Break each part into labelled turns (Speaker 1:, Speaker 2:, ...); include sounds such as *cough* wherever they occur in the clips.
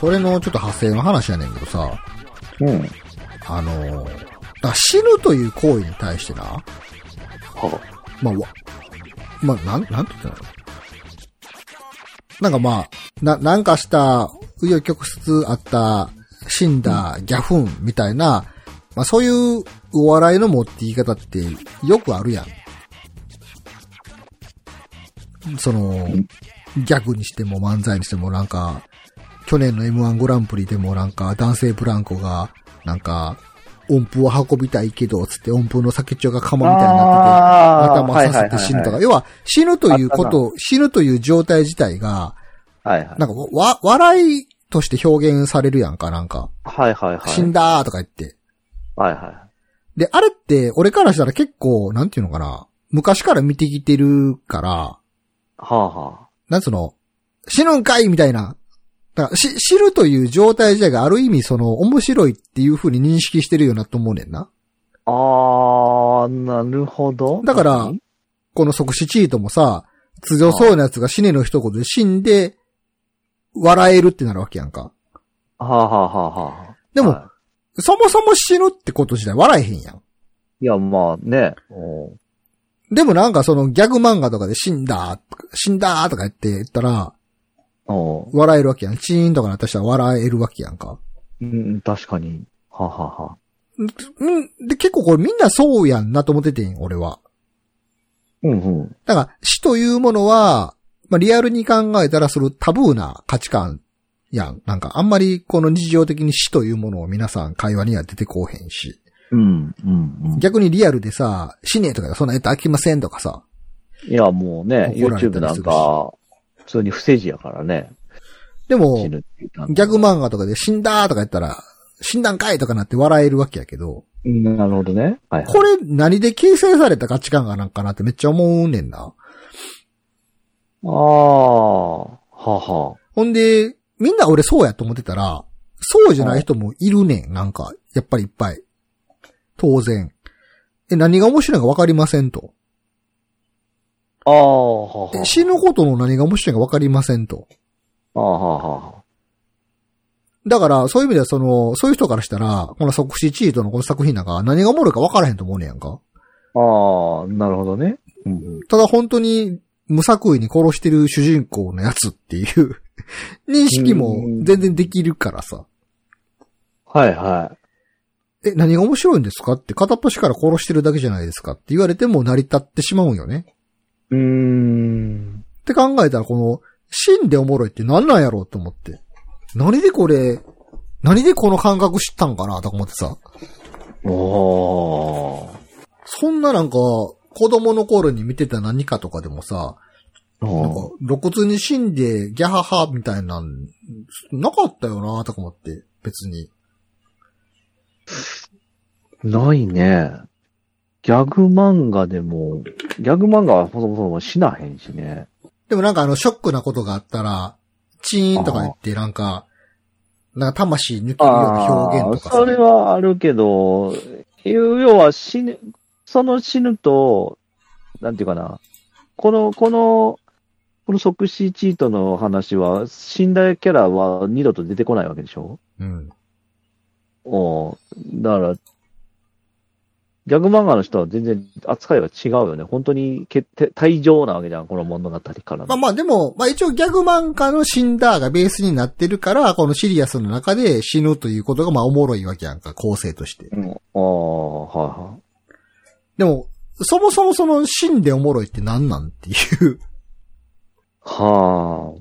Speaker 1: それのちょっと派生の話やねんけどさ、
Speaker 2: うん。は
Speaker 1: あのー、だ死ぬという行為に対してな、
Speaker 2: あ
Speaker 1: まあ、わ、まあ、なん、なんて言ったのなんかまあ、な、なんかした、紆余曲折あった、死んだ、ギャフンみたいな、まあそういうお笑いの持っていき方ってよくあるやん。その、ギャグにしても漫才にしてもなんか、去年の M1 グランプリでもなんか男性ブランコが、なんか、音符を運びたいけど、つって音符の先っちょが釜みたいになってて、
Speaker 2: あ
Speaker 1: 頭刺さって死ぬとか、
Speaker 2: はい
Speaker 1: 要は死ぬというこ
Speaker 2: あった
Speaker 1: と、死ぬという状態自体が、
Speaker 2: はいはい。
Speaker 1: なんかわ、笑いとして表現されるやんか、なんか。
Speaker 2: はいはいはい。
Speaker 1: 死んだーとか言って。
Speaker 2: はいは
Speaker 1: で、あれって、俺からしたら結構、なんていうのかな、昔から見てきてるから、
Speaker 2: い。はあは
Speaker 1: なんつうの、死ぬんかいみたいな。だから、し、死ぬという状態自体がある意味、その、面白いっていう風に認識してるよなと思うねんな。
Speaker 2: あ。ああ、なるほど。
Speaker 1: だから
Speaker 2: うん
Speaker 1: この即死チートもさ、強そうなやつが死ねの一言で死んで、笑えるってなるわけやんか。
Speaker 2: はあはあはあはあ。
Speaker 1: でも
Speaker 2: はい、
Speaker 1: そもそも死ぬってこと自体笑えへんやん。
Speaker 2: いや、まあね。うん
Speaker 1: でもなんかそのギャグ漫画とかで死んだ、死んだとか言って言ったら、
Speaker 2: うん
Speaker 1: 笑えるわけやん。チーンとかなった人は笑えるわけやんか。
Speaker 2: うん、確かに。はあはあはあ。
Speaker 1: んで、結構これみんなそうやんなと思っててん、俺は。
Speaker 2: うんうん。
Speaker 1: だから死というものは、まあリアルに考えたらそのタブーな価値観やん。なんかあんまりこの日常的に死というものを皆さん会話には出てこうへんし。
Speaker 2: うん、うん、うん。
Speaker 1: 逆にリアルでさ、死ねとかそんなやつ飽きませんとかさ。
Speaker 2: いや、もうね、
Speaker 1: 怒られたりするし
Speaker 2: YouTube なんか、普通に不正字やからね。
Speaker 1: でも
Speaker 2: 死、ぬっていう単語
Speaker 1: ギャグ漫画とかで死んだとか言ったら、死んだんかいとかなって笑えるわけやけど、
Speaker 2: うんなるほどね。はいはい。
Speaker 1: これ何で形成された価値観がなんかなってめっちゃ思うねんな。
Speaker 2: ああ、はあは
Speaker 1: ほんで、みんな俺そうやと思ってたら、そうじゃない人もいるねん、なんか、やっぱりいっぱい。当然。え、何が面白いのかわかりませんと。
Speaker 2: あ。ああ、はあはあ。
Speaker 1: え死ぬことの何が面白いのかわかりませんと。
Speaker 2: ああ、はあはあ。
Speaker 1: だから、そういう意味ではその、そういう人からしたら、この即死チートのこの作品なんか何がおもろいかわからへんと思うねんやんか。
Speaker 2: ああ、なるほどね。うんうん、
Speaker 1: ただ本当に無作為に殺してる主人公のやつっていう *laughs* 認識も全然できるからさ。
Speaker 2: はいは
Speaker 1: え、何が面白いんですかって片っ端から殺してるだけじゃないですかって言われても成り立ってしまうんよね。
Speaker 2: い。うーん。
Speaker 1: って考えたらこの死んでおもろいって何なんやろうと思って。何でこれ、何でこの感覚知ったんかなとか思ってさ。
Speaker 2: おー。
Speaker 1: そんななんか子供の頃に見てた何かとかでもさ、なんか
Speaker 2: おー
Speaker 1: 露骨に死んでギャハハみたいなん、なかったよなとか思って、別に。
Speaker 2: ないね。ギャグ漫画でも、ギャグ漫画はそもそも死なへんしね。
Speaker 1: でもなんかあの、ショックなことがあったら、チーンとか言って、なんか、なんか魂抜けるような表現とか
Speaker 2: あーそれ
Speaker 1: さ。
Speaker 2: はあるけど、要は死ぬ、その死ぬと、なんていうかな、この、この、この即死チートの話は、死んだキャラは二度と出てこないわけでしょ
Speaker 1: うん。
Speaker 2: おだから、ギャグ漫画の人は全然扱いが違うよね。本当に決定、退場なわけじゃん、この物語からの。
Speaker 1: まあまあでも、まあ一応ギャグ漫画の死んだがベースになってるから、このシリアスの中で死ぬということがまあおもろいわけやんか、構成として。
Speaker 2: うん、ああ、はいはい。
Speaker 1: でも、そもそもその死んでおもろいって何なんっていう。
Speaker 2: は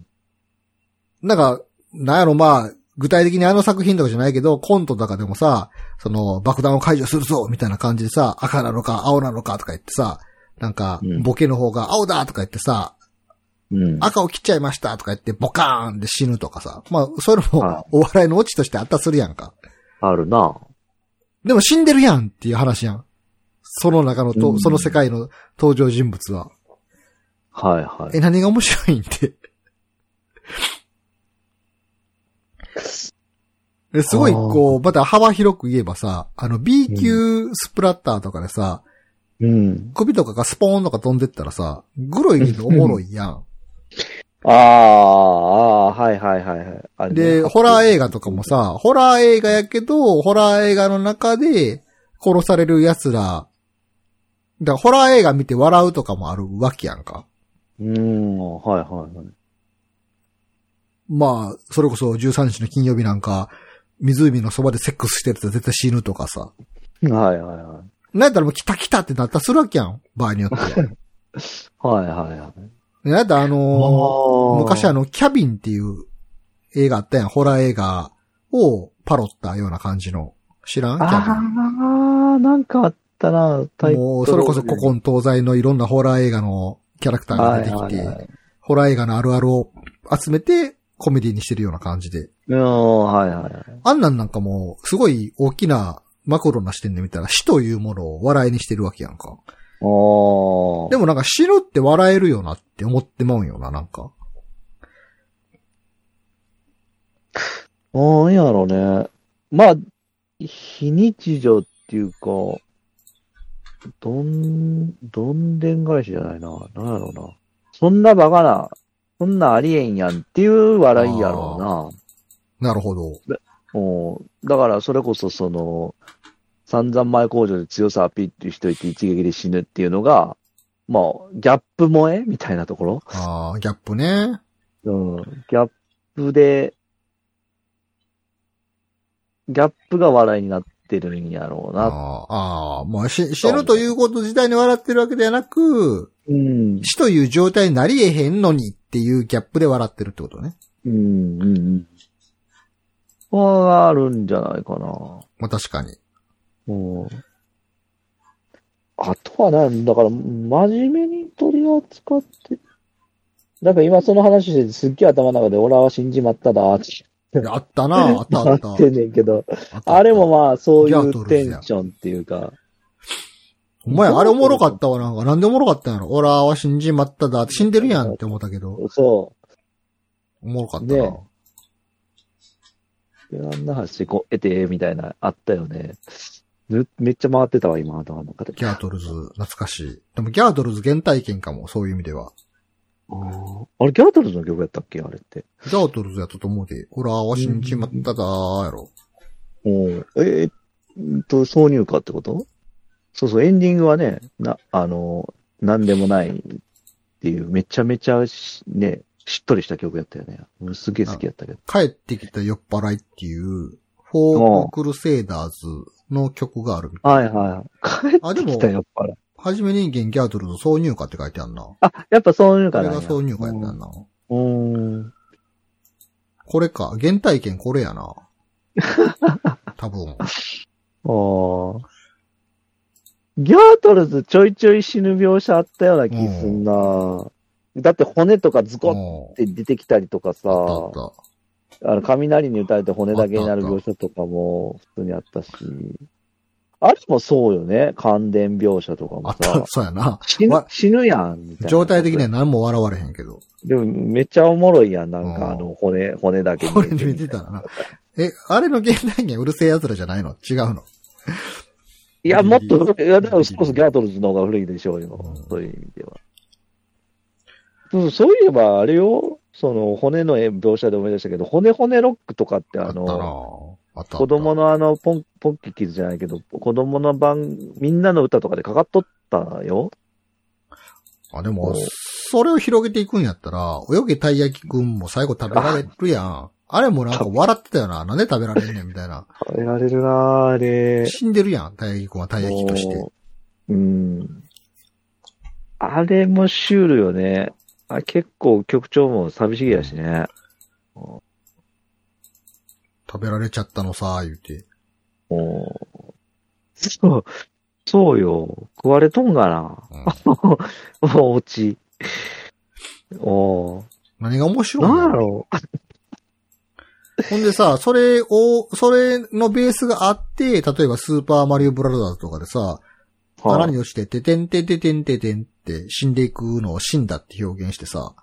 Speaker 1: なんか、なんやろまあ、具体的にあの作品とかじゃないけど、コントとかでもさ、その爆弾を解除するぞみたいな感じでさ、赤なのか青なのかとか言ってさ、なんか
Speaker 2: う、ん
Speaker 1: ボケの方が青だとか言ってさ、
Speaker 2: あ。うん。
Speaker 1: 赤を切っちゃいましたとか言ってボカーンで死ぬとかさ、まあ、そういうの
Speaker 2: は
Speaker 1: もお笑いのオチとしてあったりするやんか。
Speaker 2: あるな。
Speaker 1: でも死んでるやんっていう話やん。その中のと、
Speaker 2: うん
Speaker 1: その世界の登場人物は。
Speaker 2: はいはい。
Speaker 1: え、何が面白いんって。 *laughs* えすごい、
Speaker 2: あー
Speaker 1: こう、また幅広く言えばさ、あの B 級スプラッターとかでさ、
Speaker 2: うん。
Speaker 1: 首とかがスポーンとか飛んでったらさ、グロいけどおもろいやん。
Speaker 2: あああ、ああー、はいはいはいはいあれね。
Speaker 1: で、ホラー映画とかもさ、ホラー映画やけど、ホラー映画の中で殺される奴ら、だからホラー映画見て笑うとかもあるわけやんか。
Speaker 2: うーん、はいはいはい。
Speaker 1: まあ、それこそ13日の金曜日なんか、湖のそばでセックスしてたら絶対死ぬとかさ。
Speaker 2: はいはいはい。
Speaker 1: なんやったらもう来た来たってなったらするわけやん。場合によっては。
Speaker 2: はいはいはい。
Speaker 1: なんやったらあのー昔あ
Speaker 2: の、
Speaker 1: の、キャビンっていう映画あったやん。ホラー映画をパロったような感じの。知らんキャビン。
Speaker 2: ああ、なんかあったな、タイトル
Speaker 1: もう、それこそ古今東西のいろんなホラー映画のキャラクターが出てきて、
Speaker 2: はいはいはい
Speaker 1: ホラー映画のあるあるを集めてコメディにしてるような感じで。
Speaker 2: うん、はいはいはい。
Speaker 1: あんなんなんかもう、すごい大きなマクロな視点で見たら死というものを笑いにしてるわけやんか。
Speaker 2: おー。
Speaker 1: でもなんか死ぬって笑えるよなって思ってまうんよな、なんか。
Speaker 2: なんやろね。まあ、非日常っていうか、どん、どんでん返しじゃないな。なんやろな。そんなバカな、そんなんありえんやんっていう笑いやろ
Speaker 1: なるほ
Speaker 2: *laughs*
Speaker 1: ど。
Speaker 2: うな。うん。だからそれこそその、散々前工場で強さアピールしといて一撃で死ぬっていうのが、まあ、ギャップ萌えみたいなところ
Speaker 1: ああ、ギャップね。
Speaker 2: うん。ギャップで、ギャップが笑いになってるんやろう
Speaker 1: あ
Speaker 2: な。
Speaker 1: ーあー、まあ死死ぬということ自体に笑ってるわけではなく、
Speaker 2: うん。
Speaker 1: 死という状態になりえへんのにっていうギャップで笑ってるってことね。
Speaker 2: うん、うん、うん。は、あるんじゃないかな。
Speaker 1: まあ確か
Speaker 2: *laughs*
Speaker 1: に。
Speaker 2: うん。あとはなんだから、真面目に取り扱って、なんか今その話しててすっげえ頭の中で俺は死んじまっただ、って
Speaker 1: あったなあったあ
Speaker 2: な
Speaker 1: っ。
Speaker 2: ったてんねんけど、
Speaker 1: あった
Speaker 2: あれも。まあそうい
Speaker 1: ギャート
Speaker 2: う
Speaker 1: ル
Speaker 2: テ
Speaker 1: ズや
Speaker 2: ンションっていうか、
Speaker 1: お前、あれおもろかったわ、なんか。なんでおもろかったんやろ俺は死んじまっただ。死んでるやんって思ったけど、
Speaker 2: そう。
Speaker 1: おもろかったな。
Speaker 2: ねで、あんな話こう、得て、みたいな、あったよね。めめっちゃ回ってたわ、今、頭の中で。
Speaker 1: ギャートルズ、懐かしい。でもギャートルズ原体験かも、そういう意味では。
Speaker 2: あーあれ、ギャートルズの曲やったっけあれって。
Speaker 1: ギャートルズやったと思うで、俺は死んじまっただーやろ。
Speaker 2: おーえー、っと、挿入歌ってことそうそう、エンディングはね、な、あの、なんでもないっていう、めちゃめちゃし、ね、しっとりした曲やったよね。うんすげえ好きやったけど。
Speaker 1: 帰ってきた酔っ払いっていう、フォーククルセイダーズの曲があるみたい。
Speaker 2: はいはいはい。
Speaker 1: あ
Speaker 2: 帰
Speaker 1: で
Speaker 2: っ
Speaker 1: も
Speaker 2: てきたよ、やっぱり。
Speaker 1: はじめ人間ギャートルズ挿入歌って書いてあるな。
Speaker 2: あ、やっぱ挿入
Speaker 1: こ
Speaker 2: 歌
Speaker 1: れ
Speaker 2: なんや
Speaker 1: が挿入歌やったんな。
Speaker 2: うんうん。
Speaker 1: これか。原体験これや
Speaker 2: *laughs*
Speaker 1: な。多分。
Speaker 2: あーギャートルズちょいちょい死ぬ描写あったような気すんな、だって骨とかズコ
Speaker 1: う
Speaker 2: っ
Speaker 1: ん
Speaker 2: て出てきたりとかさ、
Speaker 1: あったあっ
Speaker 2: あの雷に打たれて骨だけになる描写とかも普通にあったし、あれもそうよね、感電描写とか
Speaker 1: た。あ
Speaker 2: も
Speaker 1: った
Speaker 2: さ、、
Speaker 1: そうやな。
Speaker 2: 死ぬ
Speaker 1: わ
Speaker 2: 死ぬやんみたいな。
Speaker 1: 状態的には何も笑われへんけど。
Speaker 2: でもめっちゃおもろいやん、なん
Speaker 1: うん
Speaker 2: かあの骨、骨だけ
Speaker 1: これ
Speaker 2: えて
Speaker 1: 見てたらな。え、あれの原体験うるせえ奴らじゃないの違うの。
Speaker 2: いや、もっと古い、いや、でも、それこそギャートルズの方が古いでしょう
Speaker 1: う
Speaker 2: よ
Speaker 1: ん。
Speaker 2: そういう意味では。そうそういえば、あれよ、その、骨の描写で思い出したけど、骨骨ロックとかって、
Speaker 1: あ
Speaker 2: あ
Speaker 1: ったな
Speaker 2: の、
Speaker 1: あった。
Speaker 2: 子供。のあの、ポン、ポンキッキーズじゃないけど、子供の番、みんなの歌とかでかかっとったよ。
Speaker 1: あ、でも、それを広げていくんやったら、泳げたい焼きくんも最後食べられるやん。あれもなんか笑ってたよな。なんで食べられんねんみたいな。
Speaker 2: 食べられるなあれ。
Speaker 1: 死んでるやん。たい焼きくんはたい焼きとして。
Speaker 2: もううん。あれもシュールよね。あ結構曲調も寂しげやしね。
Speaker 1: 食べられちゃったのさ、言うて。
Speaker 2: おそう、そうよ。食われとんがな。
Speaker 1: うん
Speaker 2: *laughs* おうち。おー
Speaker 1: 何が面白い
Speaker 2: な
Speaker 1: の
Speaker 2: んやろ
Speaker 1: ほんでさ、それを、それのベースがあって、例えばスーパーマリオブラザーズとかでさ、
Speaker 2: う。
Speaker 1: 穴に落ちて、ててんてててんててんって死んでいくのを死んだって表現してさ、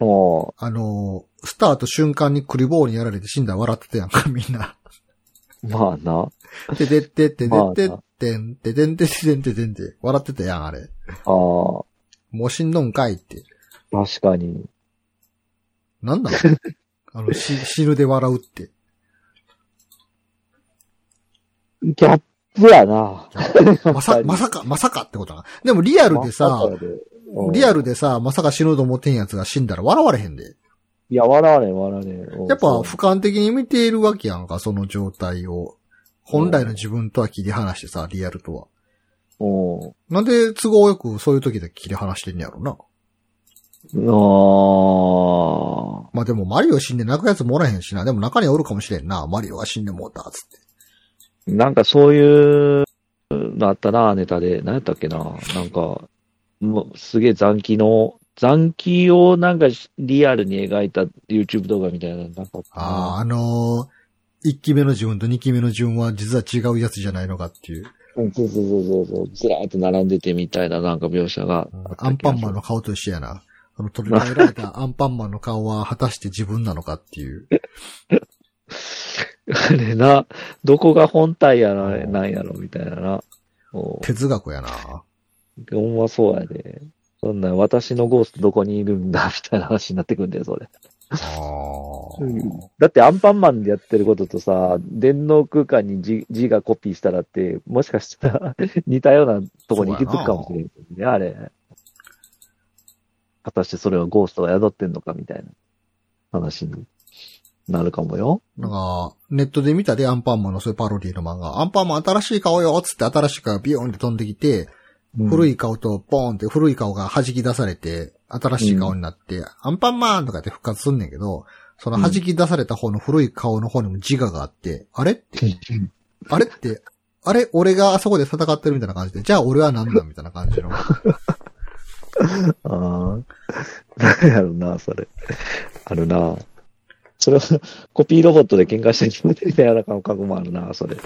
Speaker 2: お
Speaker 1: あのー、スタート瞬間にクリボーにやられて死んだら笑ってたやんか、みん
Speaker 2: *laughs*
Speaker 1: な。
Speaker 2: まあな。
Speaker 1: ててってってて
Speaker 2: まあな
Speaker 1: てってん、ててんてててんててんって、笑ってたやん、あれ。
Speaker 2: ああ、
Speaker 1: もう死んどんかいって。
Speaker 2: 確かに。
Speaker 1: なんなのあの、
Speaker 2: *laughs*
Speaker 1: し死ぬで笑うって。
Speaker 2: ギャップやな。
Speaker 1: まさ、まさか、まさかってことな。でもリアルでさ、リア
Speaker 2: ル。
Speaker 1: ルでさ、まさか死ぬと思ってんやつが死んだら笑われへんで。
Speaker 2: いや、笑われん、笑われん。うん
Speaker 1: やっぱ
Speaker 2: そう
Speaker 1: 俯瞰的に見ているわけやんか、その状態を。本来の自分とは切り離してさ、リアルとは。
Speaker 2: うん。
Speaker 1: なんで都合よくそういう時だけ切り離してんねやろな。
Speaker 2: ああ。
Speaker 1: まあでもマリオ死んで泣くやつもおらへんしな。でも中にはおるかもしれんな。マリオが死んでもうた、つって。
Speaker 2: なんかそういうのあったな、ネタで。何やったっけな。なんか、もうすげえ残機の、残機をなんかしリアルに描いた YouTube 動画みたいなのなんかったな
Speaker 1: ああ、あのー、1期目の自分と2期目の自分は実は違うやつじゃないのかっていう。
Speaker 2: うんそうそうそうそうそう。ずらーっと並んでてみたいななんか描写が
Speaker 1: うんアンパンマンの顔と一緒やな。あの、取り替えられ *laughs* たアンパンマンの顔は果たして自分なのかっていう。
Speaker 2: あれな、どこが本体やら、
Speaker 1: うん
Speaker 2: なんやろ、みたいなな。お
Speaker 1: 哲学 *laughs* やな。
Speaker 2: うほんまそうやで。そんなん、私のゴーストどこにいるんだ、みたいな話になってくんだよ、それ。
Speaker 1: あー
Speaker 2: だってアンパンマンでやってることとさ、電脳空間に字字がコピーしたらって、もしかしたら *laughs* 似たようなとこに行き着くかもしれんね、あれ。果たしてそれはゴーストが宿ってんのか、みたいな話になるかもよ。
Speaker 1: なんか、ネットで見たで、アンパンマンのそういうパロディの漫画。アンパンマン新しい顔よつって新しい顔がビヨーンって飛んできて、古
Speaker 2: い。
Speaker 1: い顔とポーンって古い顔が弾き出されて、新しい顔になって、アンパンマンとかって復活すんねんけど、その弾き出された方の古い顔の方にも自我があって、あれあれって、あれ俺があそこで戦ってるみたいな感じで、じゃあ俺は何だみたいな感じの。
Speaker 2: ああ、なんやろな、それ。あるな。それは、コピーロボットで喧嘩して決めてみたいな感覚もあるな、それ。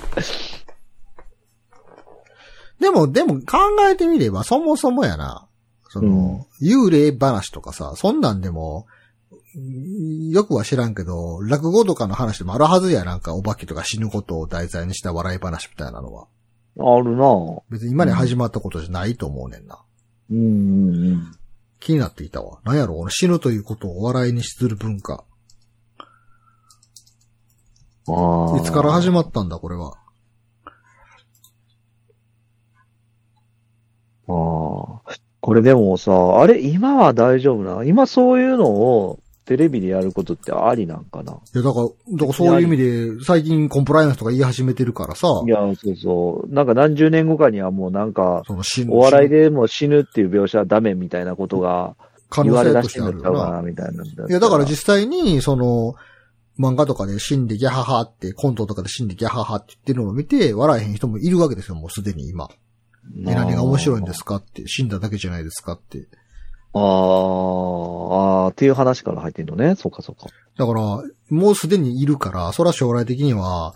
Speaker 1: でも、でも考えてみれば、そもそもやな。その、幽霊話とかさ、そんなんでも、うんよくは知らんけど、落語とかの話でもあるはずや、なんかお化けとか死ぬことを題材にした笑い話みたいなのは。
Speaker 2: あるな。う
Speaker 1: 別に今に始まったことじゃないと思うねんな。
Speaker 2: んうんうん。
Speaker 1: 気になっていたわ。なんやろ、俺死ぬということをお笑いにする文化。
Speaker 2: ああ。
Speaker 1: いつから始まったんだ、これは。
Speaker 2: ああ。これでもさ、あれ、今は大丈夫な。今そういうのをテレビでやることってありなんかな。
Speaker 1: いや、だから、だからそういう意味で、最近コンプライアンスとか言い始めてるからさ、
Speaker 2: いや、そうそう。なんか何十年後かにはもうなんか、
Speaker 1: その死ぬ、
Speaker 2: お笑いでも死ぬっていう描写はダメみたいなことが
Speaker 1: 可
Speaker 2: 言
Speaker 1: 能
Speaker 2: われ
Speaker 1: 性
Speaker 2: 出
Speaker 1: と
Speaker 2: し
Speaker 1: しててあ
Speaker 2: るん
Speaker 1: る
Speaker 2: ちゃ
Speaker 1: よ
Speaker 2: う
Speaker 1: な
Speaker 2: か。な、みたいな。い
Speaker 1: いや、だから実際に、その、漫画とかで死んでギャハハって、コントとかで死んでギャハハって言ってるのを見て、笑えへん人もいるわけですよ、もうすでに今。え、何が面白いんですかって、死んだだけじゃないですかって。
Speaker 2: あーあー、っていう話から入ってんのね。そうか、そうか。
Speaker 1: だから、もうすでにいるから、そら将来的には、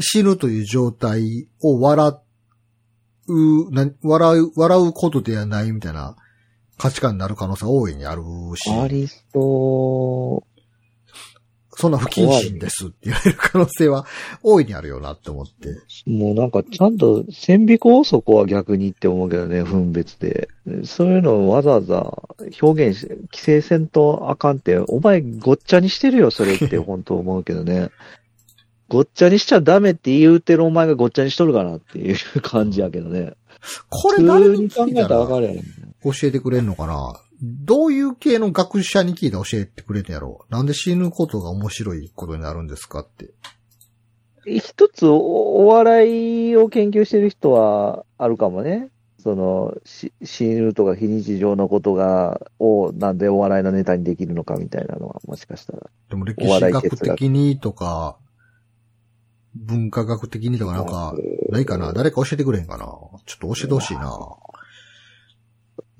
Speaker 1: 死ぬという状態を笑う、な笑う、笑うことではないみたいな価値観になる可能性は大いにあるし、
Speaker 2: ありそ
Speaker 1: そんな不謹慎ですって言われる可能性は大いにあるよなって思って。
Speaker 2: う。もうなんか、ちゃんと線引こう、そこは逆にって思うけどね、分別で。そういうのをわざわざ表現し、規制せんとあかんって、お前ごっちゃにしてるよ、それって、本当思うけどね。 *laughs* ごっちゃにしちゃダメって言うてるお前がごっちゃにしとるかなっていう感じやけどね。
Speaker 1: これ誰
Speaker 2: 普通
Speaker 1: に
Speaker 2: に考
Speaker 1: 聞い
Speaker 2: え
Speaker 1: た
Speaker 2: たら
Speaker 1: ら
Speaker 2: わかるやろ。
Speaker 1: 教えてくれんのかなどういう系の学者に聞いたら教えてくれんのやろうなんで死ぬことが面白いことになるんですかって。
Speaker 2: 一つおお笑いを研究してる人はあるかもね。その、し死ぬとか非日常のことが、をなんでお笑いのネタにできるのかみたいなのは、もしかしたら。
Speaker 1: でも歴
Speaker 2: お
Speaker 1: 史
Speaker 2: 笑い
Speaker 1: 学的にとか、文化学的にとかなんか、ないかな誰か教えてくれへんかなちょっと教えてほしいな。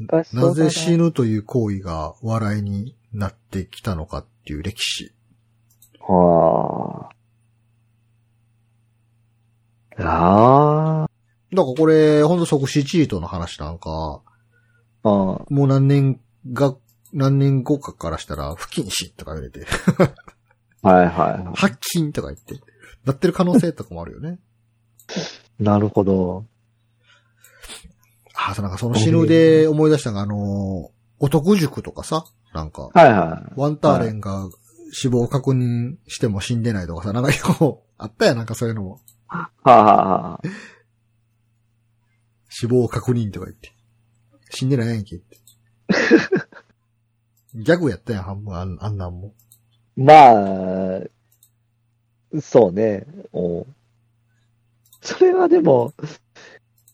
Speaker 2: 難しそうだ
Speaker 1: なぜ死ぬという行為が笑いになってきたのかっていう歴史。
Speaker 2: はあ。あ
Speaker 1: だからこれ、ほんと即死チートの話なんか、
Speaker 2: あ。あ
Speaker 1: もう何年が、何年後かからしたら、不謹慎とか言われ
Speaker 2: *laughs*
Speaker 1: て、
Speaker 2: あ。はいはいは
Speaker 1: 発禁とか言って、なってる可能性とかもあるよ
Speaker 2: *laughs*
Speaker 1: ね。
Speaker 2: い。なるほど。
Speaker 1: ああ、そうなんかその死ぬで思い出したのが、あのー、お得塾とかさ、なんか、
Speaker 2: はいは
Speaker 1: ワンターレンが死亡確認しても死んでないとかさ、なんかようあったやん、なんかそういうのも。
Speaker 2: い。はあ、はあはあ、
Speaker 1: 死亡確認とか言って。死んでないやんけって。ギャグやったやん、半分、あんあんなんも。
Speaker 2: まあ、そうね。おうそれはでも、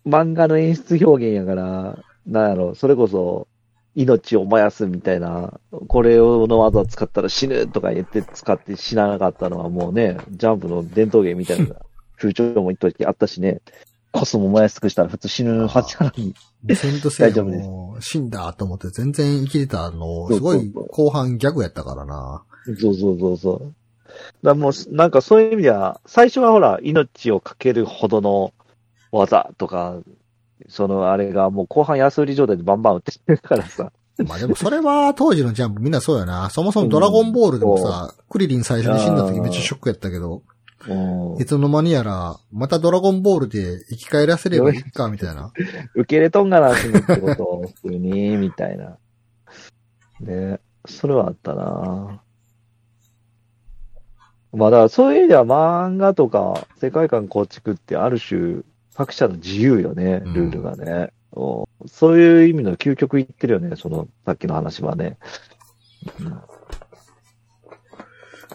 Speaker 2: 漫画の演出表現やから、なんやろ、それこそ、命を燃やすみたいな、これの技使ったら死ぬとか言って使って死ななかったのはもうね、ジャンプの伝統芸みたいな、風潮も一時あったしね、コスモ燃やすくしたら普通死ぬはずなのに。
Speaker 1: もうセイントセイヤ
Speaker 2: 大丈夫です
Speaker 1: もう死んだと思って全然生きてたのを、
Speaker 2: そう
Speaker 1: す
Speaker 2: そう
Speaker 1: ご
Speaker 2: そう
Speaker 1: い後半ギャグやったからな。
Speaker 2: そうそうそうそう。だからもう、なんかそういう意味では、最初はほら、命をかけるほどの技とか、そのあれがもう後半安売り状態でバンバン売ってるからさ。
Speaker 1: まあでもそれは当時のジャンプみんなそうやな。そもそもドラゴンボールでもさ、クリリン最初に死んだ時めっちゃショックやったけど、いつの間にやら、またドラゴンボールで生き返らせればいいか、みたいな。
Speaker 2: 受け入れとんがな、死ぬってことを、普通に、みたいな。ね、それはあったなまあだからそういう意味では漫画とか世界観構築ってある種作者の自由よね、
Speaker 1: うん
Speaker 2: ルールがね。おそういう意味の究極言ってるよね、そのさっきの話はね。うん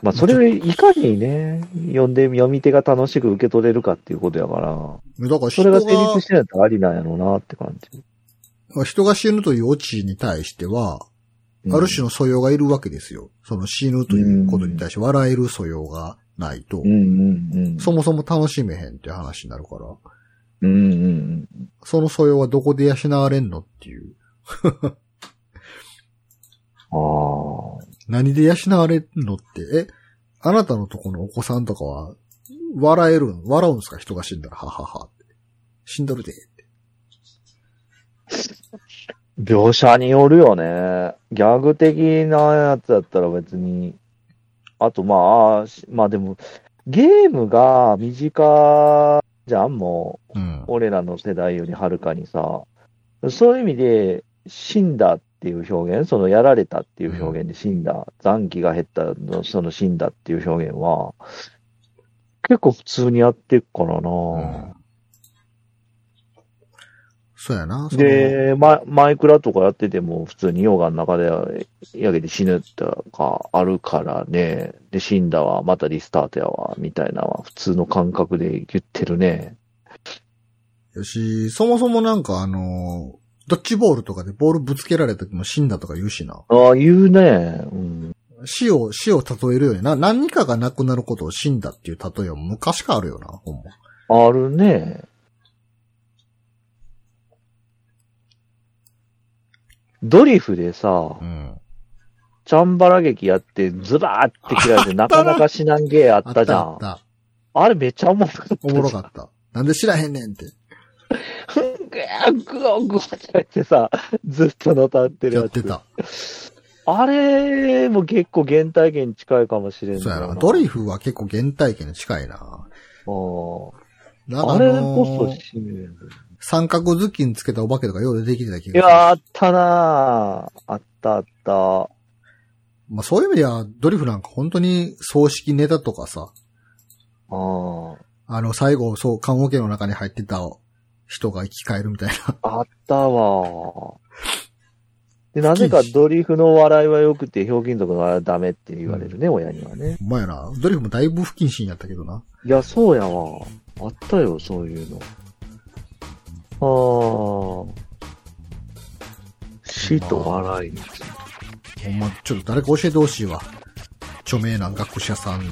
Speaker 2: まあそれをいかにね、読んで、読み手が楽しく受け取れるかっていうことやから。
Speaker 1: だから
Speaker 2: そ
Speaker 1: 人
Speaker 2: れ
Speaker 1: が
Speaker 2: が成立してないとありなんやろうなって感じ。
Speaker 1: 人が死ぬというオチに対しては、
Speaker 2: うん
Speaker 1: ある種の素養がいるわけですよ。その死ぬということに対して笑える素養がないと
Speaker 2: う、んうんうん。
Speaker 1: そもそも楽しめへんっていう話になるから、
Speaker 2: うんうんうん。
Speaker 1: その素養はどこで養われんのっていう。
Speaker 2: ああ。
Speaker 1: 何で養われんのって、え、あなたのとこのお子さんとかは、笑えるん、笑うんですか人が死んだら、はははって。死んどるで。
Speaker 2: 描写によるよね。ギャグ的なやつだったら別に。あとまあああ、しまあでも、ゲームが身近じゃん、もう。
Speaker 1: うん。
Speaker 2: 俺らの世代よりはるかにさ。そういう意味で、死んだっていう表現、そのやられたっていう表現で死んだ、残機が減ったの、その死んだっていう表現は、結構普通にやってるからな、
Speaker 1: うんそうやな。その
Speaker 2: で、ま、マイクラとかやってても、普通に溶岩の中でやけて死ぬとかあるからね。で、死んだわ、またリスタートやわ、みたいなのは、普通の感覚で言ってるね。
Speaker 1: よし、そもそもなんかあの、ドッジボールとかでボールぶつけられた時も死んだとか言うしな。
Speaker 2: ああ、言うね。うん。
Speaker 1: 死を、死を例えるようにな、何かがなくなることを死んだっていう例えは昔からあるよな、ほんま。
Speaker 2: あるね。ドリフでさ
Speaker 1: う、ん。
Speaker 2: チャンバラ劇やって、ズバーって切られて、なかなか死なんゲーあ
Speaker 1: あ
Speaker 2: っ
Speaker 1: った
Speaker 2: じ
Speaker 1: た
Speaker 2: ゃ
Speaker 1: あっ
Speaker 2: ん。あ
Speaker 1: た。
Speaker 2: れめっちゃおもろかった。
Speaker 1: おもろかった。なんで知らへんねんって。
Speaker 2: ふんぐやぐわぐわってさ、ずっとのたってる
Speaker 1: や
Speaker 2: や
Speaker 1: っ
Speaker 2: つ。
Speaker 1: てた。
Speaker 2: あれも結構原体験に近いかもしれんない。
Speaker 1: そうやな。ドリフは結構原体験に近いな。
Speaker 2: うん
Speaker 1: なんか
Speaker 2: あ
Speaker 1: あ
Speaker 2: れ
Speaker 1: の
Speaker 2: こ
Speaker 1: ー
Speaker 2: そ死ぬやん
Speaker 1: 三角頭巾つけたお化けとかよう出てきてた気
Speaker 2: い
Speaker 1: がする。
Speaker 2: や、あったなぁ。あったあった。
Speaker 1: まあそういう意味では、ドリフなんか本当に葬式ネタとかさ、
Speaker 2: うん
Speaker 1: あの、最後、そう、棺桶の中に入ってた人が生き返るみたいな。
Speaker 2: あったわ。で、なぜかドリフの笑いは良くて、ひょうきん族の笑いはダメって言われるね、親にはね。
Speaker 1: ほんまやな。ドリフもだいぶ不謹慎やったけどな。
Speaker 2: いや、そうやわ。あったよ、そういうの。ああ。死と笑い。
Speaker 1: ほんま、ちょっと誰か教えてほしいわ。著名な学者さんに。